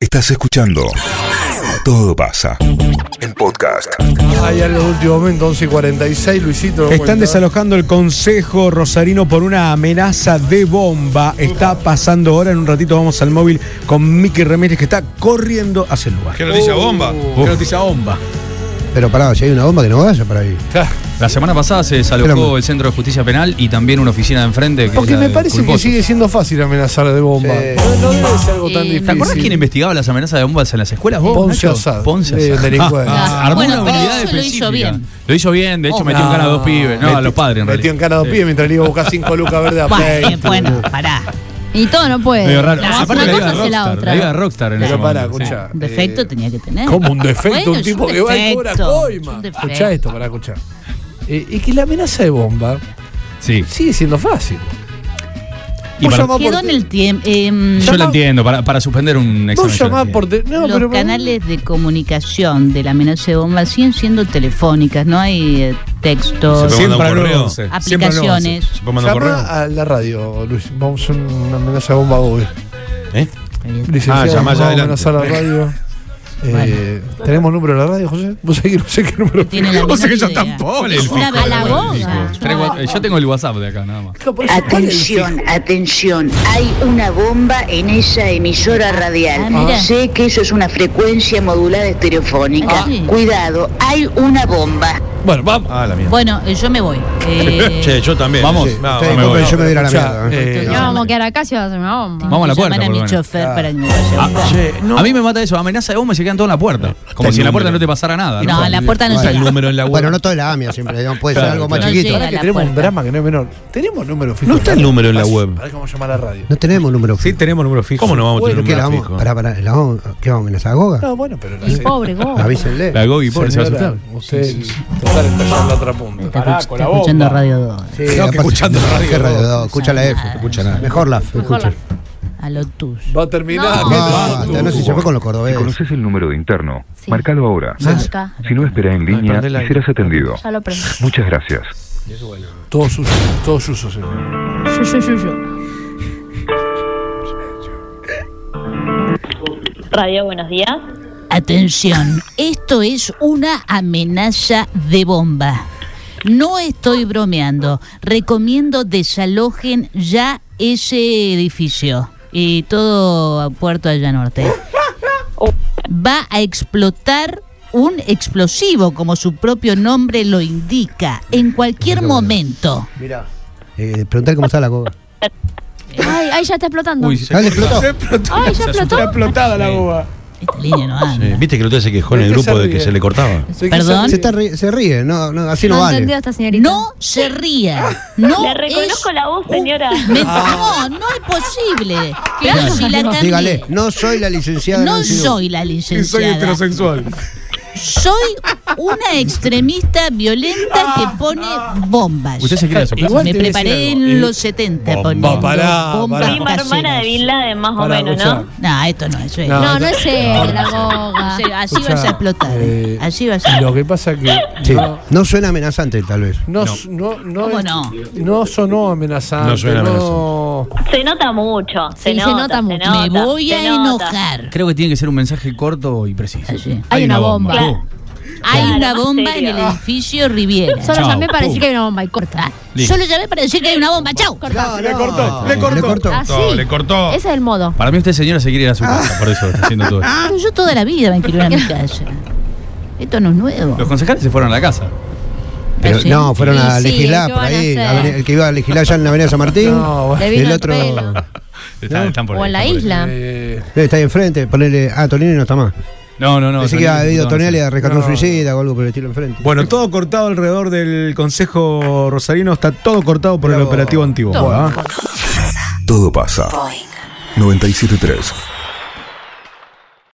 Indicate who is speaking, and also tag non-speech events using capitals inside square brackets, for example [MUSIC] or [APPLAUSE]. Speaker 1: Estás escuchando Todo pasa en podcast.
Speaker 2: Hay algo de último momento, 11 y 46, Luisito. ¿no
Speaker 3: Están
Speaker 2: cuenta?
Speaker 3: desalojando el Consejo Rosarino por una amenaza de bomba. Está pasando ahora, en un ratito vamos al móvil con Miki Ramírez que está corriendo hacia el lugar.
Speaker 4: ¿Qué noticia bomba?
Speaker 3: Qué noticia bomba.
Speaker 5: Pero pará, si hay una bomba que no vaya para ahí.
Speaker 6: La semana pasada se desalojó
Speaker 5: Espérame.
Speaker 6: el Centro de Justicia Penal y también una oficina de enfrente. que
Speaker 2: Porque
Speaker 6: es la
Speaker 2: me
Speaker 6: de
Speaker 2: parece que
Speaker 6: Culposo.
Speaker 2: sigue siendo fácil amenazar de bomba.
Speaker 5: Sí.
Speaker 2: No, no debe ser algo tan
Speaker 7: ¿Te
Speaker 2: difícil.
Speaker 6: ¿Te acordás quién investigaba las amenazas de bombas en las escuelas? ¿Vos,
Speaker 2: Ponce
Speaker 6: Nacho?
Speaker 2: Asad.
Speaker 6: Ponce
Speaker 2: Eh,
Speaker 6: Asad.
Speaker 2: delincuente. Oh,
Speaker 6: Ah, Armó
Speaker 7: Bueno,
Speaker 6: una
Speaker 7: pero
Speaker 6: unidad
Speaker 7: eso lo hizo
Speaker 6: específica.
Speaker 7: bien.
Speaker 6: Lo hizo bien, de hecho metió en cara a dos pibes. No, a los padres en
Speaker 2: Metió en
Speaker 6: realidad.
Speaker 2: cara a dos pibes mientras le iba a buscar cinco lucas verdes a
Speaker 7: Bueno,
Speaker 2: Play.
Speaker 7: eh, bueno, pará. Y todo no puede.
Speaker 6: Medio raro.
Speaker 7: La,
Speaker 6: Aparte
Speaker 7: una
Speaker 6: la vida
Speaker 7: cosa
Speaker 6: de
Speaker 7: hace la
Speaker 6: Rockstar.
Speaker 7: otra.
Speaker 6: La vida de Rockstar en ese
Speaker 2: Pero pará,
Speaker 6: momento, sí.
Speaker 2: escuchá.
Speaker 7: Un defecto
Speaker 2: eh,
Speaker 7: tenía que tener.
Speaker 2: Como un defecto,
Speaker 7: Bueno,
Speaker 2: un
Speaker 7: es
Speaker 2: tipo
Speaker 7: un
Speaker 2: que va y cobra
Speaker 7: defecto, es
Speaker 2: coima.
Speaker 7: un defecto.
Speaker 2: Escuchá esto, pará, escuchá. Eh, es que la amenaza de bomba
Speaker 6: Sí.
Speaker 2: sigue siendo fácil.
Speaker 6: Y
Speaker 2: Vos
Speaker 6: para-
Speaker 2: llamás
Speaker 7: Quedó
Speaker 2: por,
Speaker 7: en el tiempo. em,
Speaker 6: Yo lo entiendo, para, para suspender un examen.
Speaker 2: vos
Speaker 6: yo lo
Speaker 2: llamás
Speaker 6: entiendo.
Speaker 2: por te- no,
Speaker 7: los
Speaker 2: pero-
Speaker 7: canales de comunicación de la amenaza de bomba siguen siendo telefónicas, no hay eh, textos,
Speaker 4: Se pegó.
Speaker 3: Siempre al
Speaker 4: correo.
Speaker 3: 911. Siempre al 911.
Speaker 7: aplicaciones.
Speaker 4: ¿Se puede mandar
Speaker 2: Llama
Speaker 4: correo?
Speaker 2: a la radio, Luis. Vamos a una amenaza de bomba hoy.
Speaker 4: Ah,
Speaker 2: Licenciado,
Speaker 4: llamá
Speaker 2: vamos
Speaker 4: ya
Speaker 2: a
Speaker 4: adelante.
Speaker 2: amenazar a la radio. Eh, ¿Tenemos número de la radio, José? Vos sabés que no sé qué número
Speaker 7: Tiene la
Speaker 4: O sea que
Speaker 7: misma
Speaker 4: yo
Speaker 7: idea.
Speaker 4: tampoco le
Speaker 7: Es una
Speaker 4: fijo,
Speaker 7: balagoga.
Speaker 6: Tres, cuatro- eh, Yo tengo el WhatsApp de acá, nada más.
Speaker 8: Atención, atención, hay una bomba en esa emisora
Speaker 7: Ah,
Speaker 8: radial.
Speaker 7: mira.
Speaker 8: sé que eso es una frecuencia modulada
Speaker 7: Ah,
Speaker 8: estereofónica.
Speaker 7: sí.
Speaker 8: Cuidado, hay una bomba.
Speaker 2: Bueno, vamos.
Speaker 4: Ah, la mierda.
Speaker 7: Bueno, eh, yo me voy. Eh,
Speaker 4: Che, yo también.
Speaker 6: Vamos.
Speaker 4: Sí, no,
Speaker 5: Ustedes
Speaker 4: me
Speaker 5: disculpen,
Speaker 4: voy.
Speaker 5: yo me voy a ir a la
Speaker 2: Escuchá,
Speaker 5: mierda. ¿eh?
Speaker 2: eh,
Speaker 7: No, vamos a
Speaker 9: quedar acá si va a ser una bomba.
Speaker 7: tengo
Speaker 6: Vamos a la
Speaker 7: que llamar
Speaker 6: puerta,
Speaker 7: a
Speaker 6: por
Speaker 7: mi
Speaker 6: lo menos.
Speaker 7: chofer para que me vaya.
Speaker 6: A mí me mata eso, amenaza de bomba y se quedan todos en la puerta. Como si en la puerta no te pasara nada.
Speaker 7: No, a la puerta no
Speaker 5: Bueno.
Speaker 7: llega.
Speaker 4: número en la
Speaker 5: Bueno, no toda la AMIA siempre, digamos, puede ser
Speaker 4: Claro,
Speaker 5: algo más
Speaker 7: claro. No
Speaker 5: chiquito.
Speaker 7: llega.
Speaker 2: Ahora que
Speaker 7: la
Speaker 2: tenemos un
Speaker 7: puerta.
Speaker 2: drama que no es menor. Tenemos número fijo.
Speaker 4: No está el número en la web.
Speaker 2: Pará que vamos a llamar a la radio.
Speaker 5: No tenemos número
Speaker 3: Sí,
Speaker 5: fijo.
Speaker 3: tenemos número fijo.
Speaker 4: ¿Cómo no vamos a tener
Speaker 5: Pero
Speaker 4: un
Speaker 5: ¿Qué la
Speaker 4: número
Speaker 5: vamos?
Speaker 4: fijo?
Speaker 5: Pará, pará, ¿la vamos? ¿Qué vamos a amenazar a Goga?
Speaker 2: No, bueno, pero la
Speaker 7: Y pobre Goga.
Speaker 5: Avísenle.
Speaker 6: La Gogi, pobre, se va a
Speaker 2: señora,
Speaker 6: asustar.
Speaker 2: Usted total está ya en Ah, la otra punta.
Speaker 7: Está escuchando Radio 2.
Speaker 5: Sí, aparte-
Speaker 3: escuchando radio,
Speaker 5: ¿Qué radio?
Speaker 3: no.
Speaker 5: No, escucha la F, escucha nada. Mejor la F.
Speaker 9: Mejor la-
Speaker 5: escucha.
Speaker 7: A lo tuyo.
Speaker 2: Va a terminar.
Speaker 9: No.
Speaker 2: ¿qué
Speaker 5: Ah,
Speaker 2: tanto?
Speaker 5: no sé si se fue con los
Speaker 10: Si
Speaker 5: cordobeses.
Speaker 10: conoces el número de interno,
Speaker 7: Sí.
Speaker 10: marcalo ahora.
Speaker 7: Marca.
Speaker 10: Si no, espera en
Speaker 4: Ay,
Speaker 10: línea
Speaker 4: prende el
Speaker 10: y
Speaker 4: aire.
Speaker 10: serás atendido.
Speaker 9: Ya lo prendo.
Speaker 10: Muchas gracias.
Speaker 2: Todo sucio, todo sucio, señor.
Speaker 9: Yo, yo, yo, yo.
Speaker 11: Radio, buenos días.
Speaker 7: Atención, esto es una amenaza de bomba. No estoy bromeando. Recomiendo desalojen ya ese edificio y todo Puerto Allanorte. Va a explotar un explosivo, como su propio nombre lo indica, en cualquier momento.
Speaker 5: Mirá. Eh, preguntar cómo está la Goga.
Speaker 9: Ay, ay, ya está explotando.
Speaker 6: Uy, se-
Speaker 5: Ah, le explotó.
Speaker 9: ay, ya explotó.
Speaker 7: Esta línea no anda.
Speaker 4: Viste que el otro se quejó en
Speaker 2: ¿De
Speaker 4: el
Speaker 2: qué se
Speaker 4: grupo de
Speaker 2: ríe?
Speaker 4: que se le cortaba.
Speaker 7: Perdón.
Speaker 5: Se, está ri- se ríe, no, no, así no,
Speaker 9: No
Speaker 5: vale.
Speaker 9: entendió esta señorita.
Speaker 7: No se ría. No
Speaker 11: Le reconozco
Speaker 7: es
Speaker 11: la voz, señora.
Speaker 7: Me- No, no es
Speaker 11: [LAUGHS]
Speaker 7: posible. Claro, si la cambié.
Speaker 5: Dígale, no soy la licenciada.
Speaker 7: No
Speaker 5: Nancy Goga.
Speaker 7: soy la
Speaker 3: Soy
Speaker 7: licenciada.
Speaker 3: heterosexual.
Speaker 7: Soy una extremista violenta que pone bombas.
Speaker 6: Usted se quiere soplar.
Speaker 2: Igual
Speaker 7: Me
Speaker 2: te voy a
Speaker 7: preparé
Speaker 2: decir
Speaker 7: en
Speaker 2: algo.
Speaker 7: los 70
Speaker 4: Bomba,
Speaker 7: poniendo
Speaker 2: pará,
Speaker 7: bombas
Speaker 2: pará.
Speaker 11: Prima hermana de
Speaker 7: caseras.
Speaker 11: Bin Laden, más o
Speaker 2: Pará,
Speaker 11: menos,
Speaker 2: escuchá.
Speaker 11: ¿no?
Speaker 7: No, esto no es eso.
Speaker 9: No, no es él, la Goga.
Speaker 7: En serio, Así
Speaker 2: Escuchá,
Speaker 7: vas a explotar.
Speaker 2: eh,
Speaker 7: Así vas a
Speaker 2: Lo que pasa que
Speaker 5: Sí.
Speaker 2: no,
Speaker 5: No suena amenazante, tal vez.
Speaker 2: no, no, no,
Speaker 7: ¿Cómo no?
Speaker 2: no sonó amenazante.
Speaker 4: No suena
Speaker 2: no-
Speaker 11: Se nota mucho. Se
Speaker 9: Sí,
Speaker 11: nota, se nota
Speaker 9: mucho.
Speaker 7: Me voy
Speaker 11: se
Speaker 7: a
Speaker 11: nota.
Speaker 7: enojar.
Speaker 6: Creo que tiene que ser un mensaje corto y preciso. Uh,
Speaker 7: Así. Hay
Speaker 9: una bomba.
Speaker 11: Claro.
Speaker 7: Hay
Speaker 11: Claro,
Speaker 7: una
Speaker 11: más
Speaker 7: bomba en
Speaker 11: serio.
Speaker 7: el edificio Riviera.
Speaker 9: Solo
Speaker 6: Chao,
Speaker 9: llamé para
Speaker 6: pum.
Speaker 9: decir que hay una bomba y corta.
Speaker 7: Ah, Solo llamé para decir que hay una bomba. ¡Chau!
Speaker 5: le cortó, le cortó.
Speaker 9: Así.
Speaker 4: le cortó.
Speaker 9: Ah, Ese es el modo.
Speaker 6: Para mí usted, señora, se quiere ir a su casa, por eso está haciendo todo esto.
Speaker 7: [LAUGHS] Pero Yo toda la vida me quiero ir a mi casa. Esto no es nuevo.
Speaker 6: Los concejales se fueron a la casa.
Speaker 5: Pero
Speaker 7: Sí.
Speaker 5: no, fueron a
Speaker 9: Sí, sí,
Speaker 5: legislar
Speaker 9: ¿qué
Speaker 5: por
Speaker 9: van a
Speaker 5: ahí.
Speaker 9: hacer?
Speaker 5: Avenida- El que iba a legislar ya en la Avenida San Martín.
Speaker 2: No, bueno.
Speaker 9: Le
Speaker 5: y
Speaker 9: vino
Speaker 5: el
Speaker 9: el
Speaker 5: otro.
Speaker 9: pelo.
Speaker 6: Están, están por
Speaker 9: O
Speaker 6: ahí,
Speaker 9: en la
Speaker 6: están por ahí.
Speaker 9: isla.
Speaker 2: Eh,
Speaker 5: Eh, Está ahí enfrente. Ponele. Ah, Tonini no está más.
Speaker 6: No, no, no.
Speaker 5: Pensé que había ido Tonelli a
Speaker 6: Tonelli.
Speaker 5: rescatar un
Speaker 2: No.
Speaker 5: suicida o algo por el estilo enfrente.
Speaker 3: Bueno, todo cortado alrededor del Consejo Rosarino, está todo cortado por el operativo antiguo.
Speaker 1: Todo pasa. 973